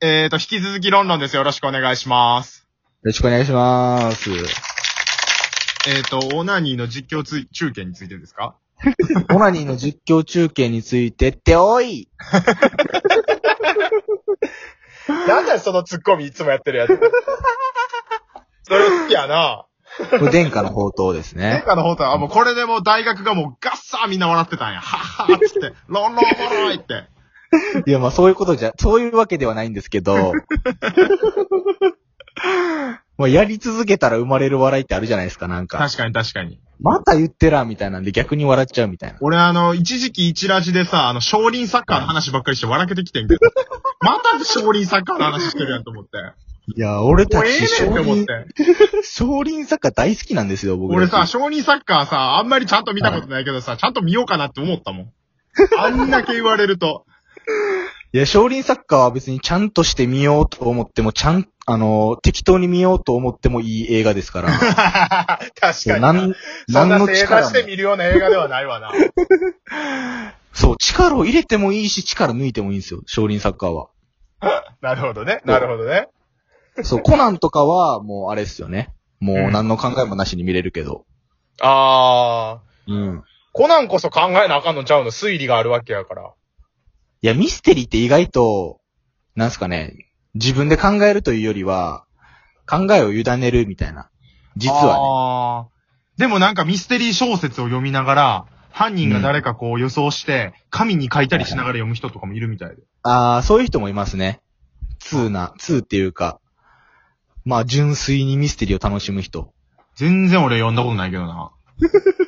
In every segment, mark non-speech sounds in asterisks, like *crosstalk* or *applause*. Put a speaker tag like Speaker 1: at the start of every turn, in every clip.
Speaker 1: えーと、引き続きロンロンです。よろしくお願いします。
Speaker 2: ろしくお願いします。
Speaker 1: えーと、オナニーの実況つ中継についてですか
Speaker 2: オナニーの実況中継についてっておい
Speaker 1: なんだよそのツッコミいつもやってるや *laughs* つ。それ好きやな。
Speaker 2: これ殿下の宝刀です
Speaker 1: 天
Speaker 2: ね。
Speaker 1: 下の方とは、もうこれでもう大学がもうガッサーみんな笑ってたんや。はっはーっつって、ロンロンおもろいって。
Speaker 2: いや、まあそういうことじゃ、そういうわけではないんですけど。まあやり続けたら生まれる笑いってあるじゃないですか、なんか。
Speaker 1: 確かに確かに。
Speaker 2: また言ってらんみたいなんで逆に笑っちゃうみたいな。
Speaker 1: 俺あの、一時期一ラジでさ、あの、少林サッカーの話ばっかりして笑けてきてんけど。また少林サッカーの話してるやんと思って。
Speaker 2: いや、俺
Speaker 1: も
Speaker 2: た
Speaker 1: うええねん
Speaker 2: ち
Speaker 1: って
Speaker 2: 少
Speaker 1: 思っ
Speaker 2: 林
Speaker 1: て、。
Speaker 2: 少林サッカー大好きなんですよ、僕。
Speaker 1: 俺さ、、少林サッカーさ、あんまりちゃんと見たことないけどさ、ちゃんと見ようかなって思ったもん。あんだけ言われると。
Speaker 2: いや、少林サッカーは別にちゃんとして見ようと思っても、ちゃん、あの、適当に見ようと思ってもいい映画ですから。
Speaker 1: *laughs* 確かに。
Speaker 2: 何、
Speaker 1: そん
Speaker 2: 何
Speaker 1: な
Speaker 2: の
Speaker 1: 正座
Speaker 2: 力
Speaker 1: し
Speaker 2: も
Speaker 1: て。見るような映画ではないわ *laughs* な。
Speaker 2: そう、力を入れてもいいし、力抜いてもいいんですよ、少林サッカー *laughs* は。
Speaker 1: なるほどね。なるほどね。
Speaker 2: そう、コナンとかは、もうあれですよね。もう
Speaker 1: うん
Speaker 2: 何の考えもなしに見れるけど。
Speaker 1: あー。
Speaker 2: うん。
Speaker 1: コナンこそ考えなあかんのちゃうの推理があるわけやから。
Speaker 2: いや、ミステリーって意外と、なんすかね、自分で考えるというよりは、考えを委ねるみたいな。実はね。
Speaker 1: はね。でもなんかミステリー小説を読みながら、犯人が誰かこう予想して、紙に書いたりしながら読む人とかもいるみたいで。
Speaker 2: あー、そういう人もいますね。通な、通っていうか、まあ、純粋にミステリーを楽しむ人。
Speaker 1: 全然俺読んだことないけど
Speaker 2: *laughs*
Speaker 1: な。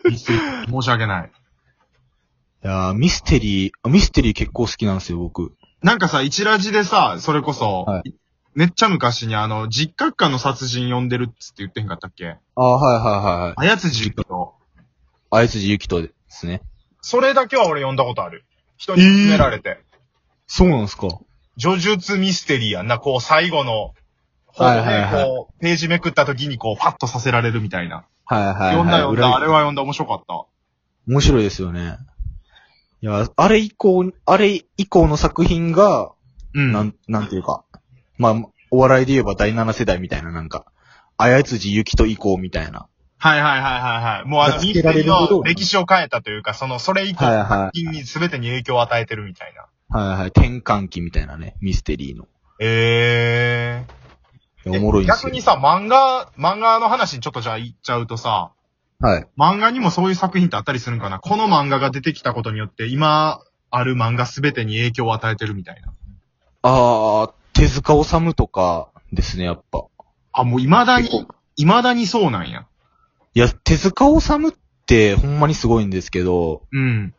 Speaker 1: ミステリー申し訳ない。
Speaker 2: いやーミステリー、あミステリー結構好きなんですよ、僕。
Speaker 1: なんかさ、一ラジでさ、それこそ、
Speaker 2: は
Speaker 1: めっちゃ昔にあの、実家下の殺人読んでるっつって言ってへんかったっけ
Speaker 2: あー、はいはいはいはい。
Speaker 1: あやつじと。
Speaker 2: あいつじゆきとですね。
Speaker 1: それだけは俺読んだことある。人に勧められて。
Speaker 2: そうなんですか。
Speaker 1: 叙述ミステリーやんな、こう最後の、ほう
Speaker 2: はいはいはい
Speaker 1: こう、ページめくった時にこう、ファッとさせられるみたいな。
Speaker 2: はいはい、はい。
Speaker 1: 読んだ読んだ、あれ
Speaker 2: は。
Speaker 1: は読んだ面白かった。
Speaker 2: 面白いですよね。いや、あれ以降、あれ以降の作品が、
Speaker 1: うん。
Speaker 2: なん、なんていうか、まあ、お笑いで言えば第7世代みたいな、なんか、あやつじゆきと以降みたいな。
Speaker 1: はいはいはいはいはい。もうあの、
Speaker 2: が
Speaker 1: ミ
Speaker 2: 付
Speaker 1: ス
Speaker 2: けら
Speaker 1: テ
Speaker 2: れ
Speaker 1: リ
Speaker 2: る
Speaker 1: ー
Speaker 2: ほど
Speaker 1: の歴史を変えたというか、その、それ以降
Speaker 2: はいは
Speaker 1: 作品に全てに影響を与えてるみたいな。
Speaker 2: い。はいはい。転換期みたいなね、ミステリーの。
Speaker 1: ええ
Speaker 2: いやおもろいんですよ。
Speaker 1: 逆にさ、漫画、漫画の話にちょっとじゃあ言っちゃうとさ、
Speaker 2: はい。
Speaker 1: 漫画にもそういう作品ってあったりするんかなこの漫画が出てきたことによって、今ある漫画全てに影響を与えてるみたいな。
Speaker 2: あー、手塚治虫とかですね、やっぱ。
Speaker 1: あ、もう未だに、未だにそうなんや。
Speaker 2: いや、手塚治虫ってほんまにすごいんですけど、
Speaker 1: うん。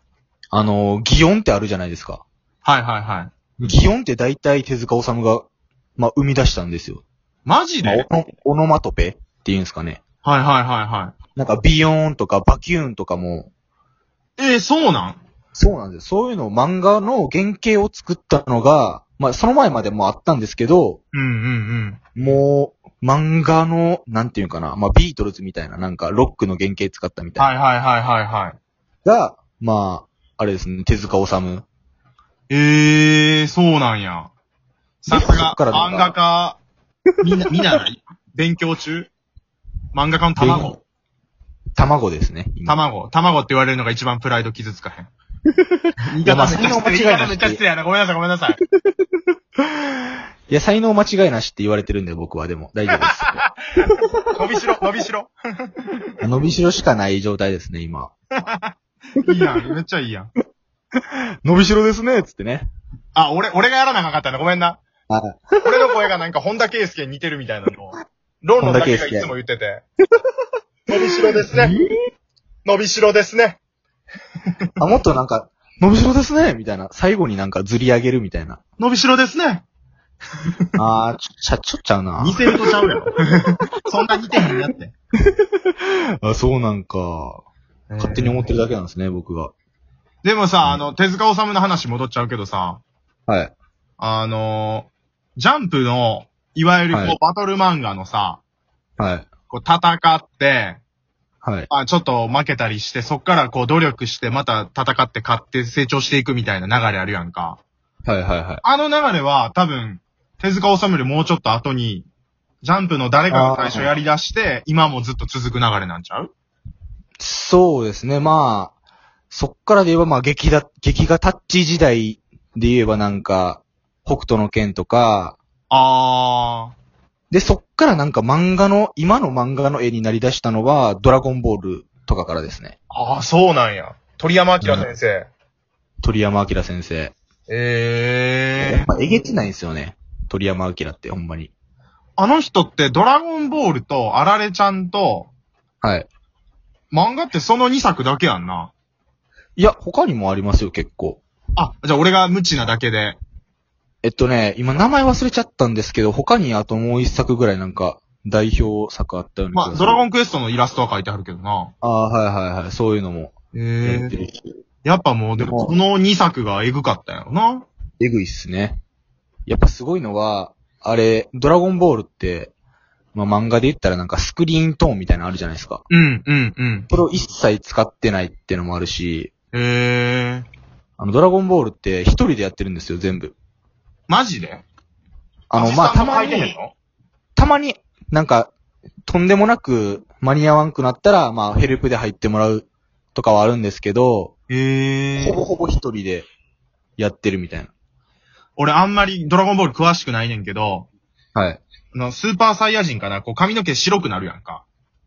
Speaker 2: あの、擬音ってあるじゃないですか。
Speaker 1: はいはいはい。
Speaker 2: 擬音って大体手塚治虫が、まあ、生み出したんですよ。
Speaker 1: マジで
Speaker 2: まあ
Speaker 1: はい
Speaker 2: オノオノマトペっていうんですかね。
Speaker 1: はいはいはい。
Speaker 2: なんかビヨーンとかバキューンとかも、
Speaker 1: えー、そうなん
Speaker 2: そうなんですよ。そういうのを漫画の原型を作ったのが、まあ、その前までもあったんですけど、
Speaker 1: うんうん
Speaker 2: もう、漫画の、なんていうかな、まあ、ビートルズみたいな、なんかロックの原型使ったみ
Speaker 1: うん。
Speaker 2: たい
Speaker 1: はいはいはいはいはい。
Speaker 2: な、が、まあ、あれですね、手塚治虫。
Speaker 1: ええー、そうなんや。さす
Speaker 2: でそ
Speaker 1: が
Speaker 2: っ、からなん
Speaker 1: 漫画家、みんな、みんなない勉強中漫画家の
Speaker 2: 勉
Speaker 1: 卵。
Speaker 2: 卵ですね、今。
Speaker 1: 卵。卵って言われるのが一番プライド傷つか *laughs* へん。言い
Speaker 2: やま
Speaker 1: 方
Speaker 2: あ
Speaker 1: めっちゃ失礼。
Speaker 2: 才能間
Speaker 1: 言い方
Speaker 2: 違いなし
Speaker 1: めっちゃ失礼やな。ごめんなさい、ごめんなさい。
Speaker 2: いや、才能間違いなしって言われてるんで、僕はでも、大丈夫です。
Speaker 1: 伸びしろ、伸びしろ。
Speaker 2: 伸びしろしかない状態ですね、今。
Speaker 1: いいやん、めっちゃいいやん。
Speaker 2: 伸びしろですね、つってね。
Speaker 1: あ、俺、俺がやらなあかんかったな。ごめんな。
Speaker 2: は
Speaker 1: 俺の声がなんか本田圭佑に似てるみたいなのを。ロンロンだけがいつも言ってて。伸びしろですね。
Speaker 2: *laughs*
Speaker 1: 伸びしろですね。
Speaker 2: い。あ、もっとなんか、伸びしろですね、みたいな。最後になんかずり上げるみたいな。
Speaker 1: 伸びしろですね。
Speaker 2: あー、ちょ、ちゃ、ちょっちゃうな
Speaker 1: 似。てるとちゃうや *laughs* ろ。そんな似てへんやって。
Speaker 2: あ、そうなんか。勝手に思ってるだけなんですね、僕が。
Speaker 1: でもさ、あの、手塚治虫の話戻っちゃうけどさ、
Speaker 2: はい。
Speaker 1: あのジャンプの、いわゆるこう、
Speaker 2: はい
Speaker 1: バトル漫画のさ、
Speaker 2: はい。
Speaker 1: こう、戦って、
Speaker 2: はい。
Speaker 1: まあ、ちょっと負けたりして、そっからこう、努力して、また戦って勝って成長していくみたいな流れあるやんか。
Speaker 2: はいはいはい。
Speaker 1: あの流れは、多分、手塚治虫よりもうちょっと後に、ジャンプの誰かが最初やり出して、今もずっと続く流れなんちゃう
Speaker 2: そうですね、まあ、そっからで言えば、まあ、劇だ、劇画タッチ時代で言えばなんか、北斗の剣とか、
Speaker 1: あ
Speaker 2: で、そっからなんか漫画の、今の漫画の絵になり出したのは、ドラゴンボールとかからですね。
Speaker 1: ー、ああ、そうなんや。鳥山明先生。
Speaker 2: 鳥山明先生。
Speaker 1: え
Speaker 2: や
Speaker 1: え
Speaker 2: っぱえげつないんですよね。鳥山明ってほんまに。
Speaker 1: あの人ってドラゴンボールとあられちゃんと、
Speaker 2: はい。
Speaker 1: 漫画ってその2作だけやんな。
Speaker 2: いや、他にもありますよ、結構。
Speaker 1: あ、じゃあ俺が無知なだけで。
Speaker 2: えっとね、今名前忘れちゃったんですけど、他にあともう一作ぐらいなんか、代表作あったような気
Speaker 1: ま
Speaker 2: が
Speaker 1: あ、
Speaker 2: す
Speaker 1: ド
Speaker 2: る。
Speaker 1: ラゴ
Speaker 2: ン。
Speaker 1: ンクエストのイラストは書いてあるけどな。
Speaker 2: ああ、はいはいはい、そういうのもや
Speaker 1: え
Speaker 2: って
Speaker 1: え
Speaker 2: る。
Speaker 1: やっぱもう、でも、この2作がエグかったんやろな。
Speaker 2: えぐいっすね。やっぱすごいのは、あれ、ドラゴンボールって、まあ、漫画で言ったらなんかスクリーントーンみたいなのあるじゃないですか。
Speaker 1: うん、うん、うん。
Speaker 2: これを一切使ってないってのもあるし、
Speaker 1: ええ
Speaker 2: あの、ドラゴンボールって一人でやってるんですよ、全部。
Speaker 1: マジで
Speaker 2: あの、まあ、たまに、
Speaker 1: の
Speaker 2: たまに、なんか、とんでもなく間に合わんくなったら、まあ、ヘルプで入ってもらうとかはあるんですけど、
Speaker 1: ええ
Speaker 2: ほぼほぼ一人でやってるみたい
Speaker 1: 俺あんまりドラゴンボール詳しくないねんけど、
Speaker 2: な。はい。
Speaker 1: あの、スーパーサイヤ人かな、こう髪の毛白くなるやんか。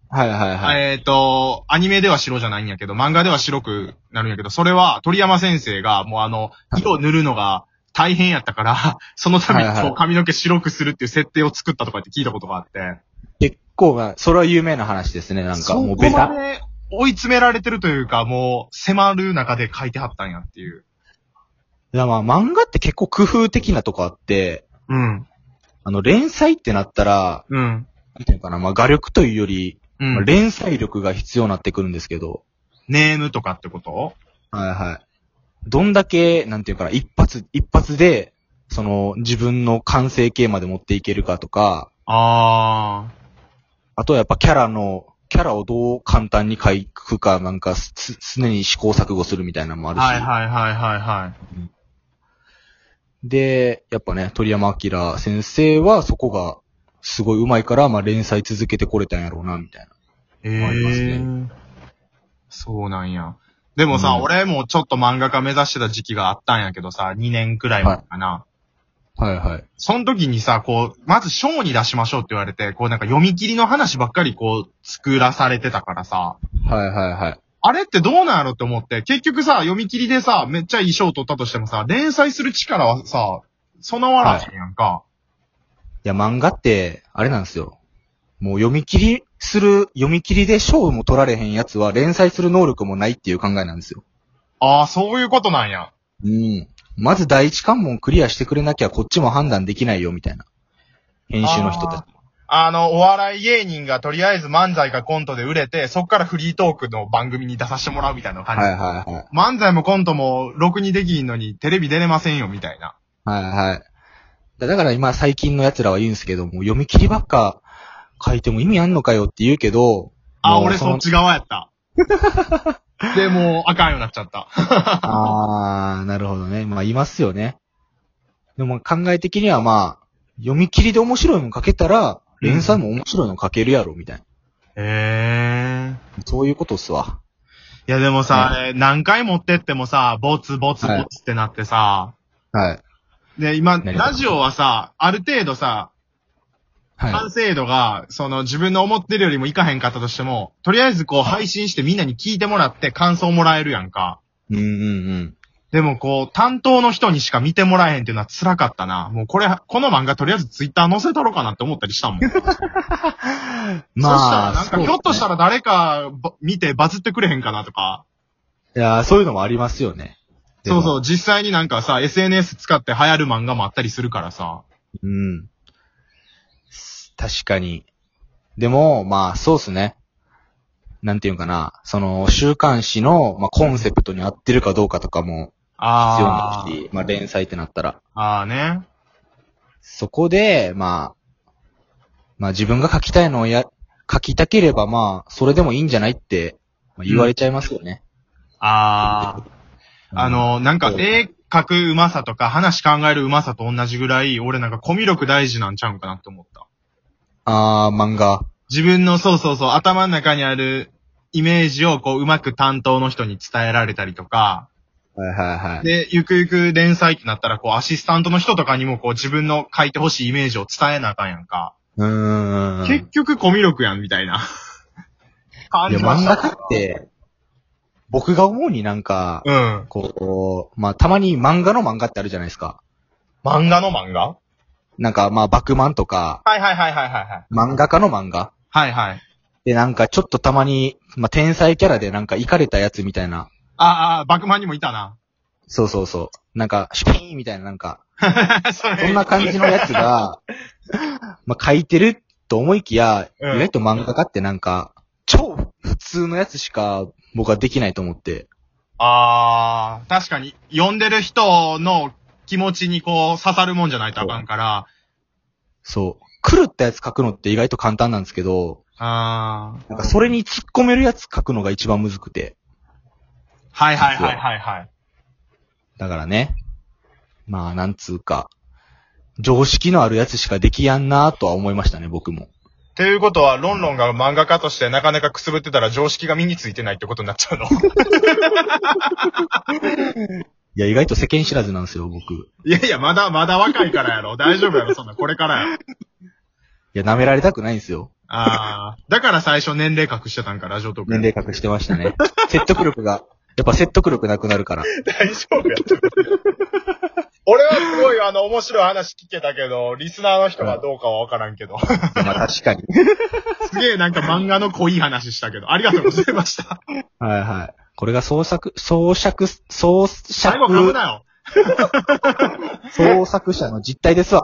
Speaker 2: はいはいはい。
Speaker 1: えっ、と、アニメでは白じゃないんやけど、漫画では白くなるんやけど、それは鳥山先生がもうあの、
Speaker 2: い
Speaker 1: 色を塗るのが大変やったから、 *laughs* そのために
Speaker 2: はいは
Speaker 1: こう
Speaker 2: い
Speaker 1: 髪の毛白くするっていう設定を作ったとかって聞いたことがあって。
Speaker 2: 結構が、それは有名な話ですね、なんか。もうベ
Speaker 1: そこ
Speaker 2: タ
Speaker 1: ま。で追い詰められてるというか、もう迫る中で書いてはったんやっていう。
Speaker 2: いやまあ漫画って結構工夫的なとこあって、
Speaker 1: うん。
Speaker 2: あの連載ってなったら、
Speaker 1: うん。
Speaker 2: なんていうのかな、まあ画力というより、
Speaker 1: う
Speaker 2: まあ
Speaker 1: ん。
Speaker 2: 連載力が必要になってくるんですけど、
Speaker 1: ネームとかってこと
Speaker 2: はいはい。どんだけ、なんていうかな、一発、一発で、その自分の完成形まで持っていけるかとか、
Speaker 1: あ
Speaker 2: あとはやっぱキャラの、キャラをどう簡単に描くか、なんかす、す常に試行錯誤するみたいなのもあ
Speaker 1: ー。
Speaker 2: るし。
Speaker 1: はいはいはいはいはい。
Speaker 2: で、やっぱね、鳥山明先生はそこがすごい上手いから、まあ連載続けてこれたんやろうな、みたいな。
Speaker 1: え
Speaker 2: あります
Speaker 1: えー。そうなんや。でもさ、
Speaker 2: うん
Speaker 1: 俺もちょっと漫画家目指してた時期があったんやけどさ、2年くらい前かな。
Speaker 2: はいはい。
Speaker 1: その時にさ、こう、まず章に出しましょうって言われて、こうなんか読み切りの話ばっかりこう、作らされてたからさ、
Speaker 2: はいはいはい。
Speaker 1: あれってどうなんやろって思って、結局さ、読み切りでさ、めっちゃいい賞を取ったとしてもさ、連載する力はさ、備わらへんやんか。
Speaker 2: いや、漫画って、あれなんですよ。もう読み切りする、読み切りで賞も取られへんやつは連載する能力もないっていう考えなんですよ。
Speaker 1: ああ、そういうことなんや。
Speaker 2: うん。まず第一関門クリアしてくれなきゃこっちも判断できないよ、みたいな。編集の人たち。
Speaker 1: あの、お笑い芸人がとりあえず漫才かコントで売れて、そっからフリートークの番組に出させてもらうみたいな感じ。
Speaker 2: はいはいはい。
Speaker 1: 漫才もコントも、ろくにできんのに、テレビ出れませんよ、みたいな。
Speaker 2: はいはい。だだから今最近の奴らは言うんですけど、もう読み切りばっか書いても意味あんのかよって言うけど、
Speaker 1: あ、
Speaker 2: もう
Speaker 1: 俺
Speaker 2: の
Speaker 1: そっち側や
Speaker 2: *laughs*
Speaker 1: った。で、もう、あかんようになっちゃった。
Speaker 2: あー、なるほどね。まあいますよね。でも考え的にはまあ、読み切りで面白いの書けたら、
Speaker 1: うん
Speaker 2: 連載も面白いの書けるやろ、みたいな。
Speaker 1: へえ。
Speaker 2: そういうことっすわ。
Speaker 1: いやでもさ、あれ何回持ってってもさ、ボツボツボツってなってさ、
Speaker 2: はい。
Speaker 1: で、今、
Speaker 2: 何
Speaker 1: ラジオはさ、ある程度さ、
Speaker 2: は
Speaker 1: 完成度が、その自分の思ってるよりもいかへんかったとしても、とりあえずこう配信してみんなに聞いてもらって感想もらえるやんか。
Speaker 2: い。うんうんうん。
Speaker 1: でもこう、担当の人にしか見てもらえへんっていうのは辛かったな。もうこれ、この漫画とりあえずツイッター載せたろうかなって思ったり
Speaker 2: *laughs*
Speaker 1: したもん。そ
Speaker 2: まあ、
Speaker 1: したらなんか、ひょっとしたら
Speaker 2: ら。
Speaker 1: 誰かば見てバズってくれへんかなとか。
Speaker 2: いやーそういうのもありますよね。。
Speaker 1: そうそうう、実際になんかさ、SNS 使って流行る漫画もあったりするからさ。
Speaker 2: うん。確かに。でも、まあ、そうっすね。なんていうんかな。その、週刊誌の、まあ、コンセプトに合ってるかどうかとかも必要にな
Speaker 1: あ
Speaker 2: る
Speaker 1: ー
Speaker 2: し、まあ、連載ってなったら。
Speaker 1: あーね。
Speaker 2: そこで、まあ、まあ、自分が書きたいのをや、書きたければ、まあ、それでもいいんじゃないって、まあ、言われちゃいますよね。
Speaker 1: ああ。あの、なんか、
Speaker 2: うん
Speaker 1: ええ書くうまさとか、話考えるうまさと同じぐらい、俺なんかコミュ力大事なんちゃうんかなって思った。
Speaker 2: あー、漫画。
Speaker 1: 自分の、そうそうそう、頭の中にあるイメージをこう、うまく担当の人に伝えられたりとか、
Speaker 2: はいはいはい。
Speaker 1: で、ゆくゆく連載ってなったら、こう、アシスタントの人とかにもこう、自分の書いてほしいイメージを伝えなあかんやんか。
Speaker 2: うーん。
Speaker 1: 結局コミュ力やん、みた *laughs* いな。感
Speaker 2: いや、
Speaker 1: じま
Speaker 2: 漫
Speaker 1: し
Speaker 2: 画
Speaker 1: た。
Speaker 2: 家って、僕が思うになんか、
Speaker 1: うん。
Speaker 2: こう、まあ、たまに漫画の漫画ってあるじゃないですか。
Speaker 1: 漫画の漫画
Speaker 2: なんか、まあ、バクマンとか、
Speaker 1: はいはいはいはいはいはい。
Speaker 2: 漫画家の漫画。
Speaker 1: はいはい。
Speaker 2: で、なんか、ちょっとたまに、まあ、天才キャラでなんか、イカれたやつみたいな。
Speaker 1: ああ、バクマンにもいたな。 *laughs*
Speaker 2: そうそうそう。なんか、シュピーンみたいな、なんか、
Speaker 1: それ
Speaker 2: そんな感じのや
Speaker 1: *laughs*
Speaker 2: つが、まあ、書いてると思いきや、意
Speaker 1: うん
Speaker 2: 外と漫画家ってなんか、超普通のやつしか僕はできないと思って。
Speaker 1: ああ、確かに、読んでる人の気持ちにこう、刺さるもんじゃないとあかんから、
Speaker 2: そう。狂ったやつ書くのって意外と簡単なんですけど、
Speaker 1: あ
Speaker 2: なんかそれに突っ込めるやつ書くのが一番むずくて。
Speaker 1: あ、はいはいはいはいはい。
Speaker 2: だからね。まあ、なんつうか、常識のあるやつしかできやんなとは思いましたね、僕も。
Speaker 1: ということは、ロンロンが漫画家としてなかなかくすぶってたら常識が身についてないってことになっちゃうの
Speaker 2: いや、意外と世間知らずなんですよ、僕。
Speaker 1: *laughs* い
Speaker 2: い
Speaker 1: やいや、まだまだ若いからやろ。大丈夫やろ、そんな、これからやろ。
Speaker 2: や、舐められたくないんですよ。
Speaker 1: ああ、だから最初年齢隠してたんか、ラジオトーク。
Speaker 2: 年齢隠してました
Speaker 1: *laughs*
Speaker 2: ね。説得力が。やっぱ説得力なくなるから。
Speaker 1: 大丈夫や。 *laughs* 俺はすごいあの、面白い話聞けたけど、リスナーの人がどうかはわからんけど。
Speaker 2: まあ確かに。
Speaker 1: すげえなんか漫画の濃い話したけど、ありがとうございました。
Speaker 2: *laughs* はいはい。これが創作、創作、創
Speaker 1: 最後噛む
Speaker 2: 作、
Speaker 1: なよ。
Speaker 2: 創作者の実態ですわ。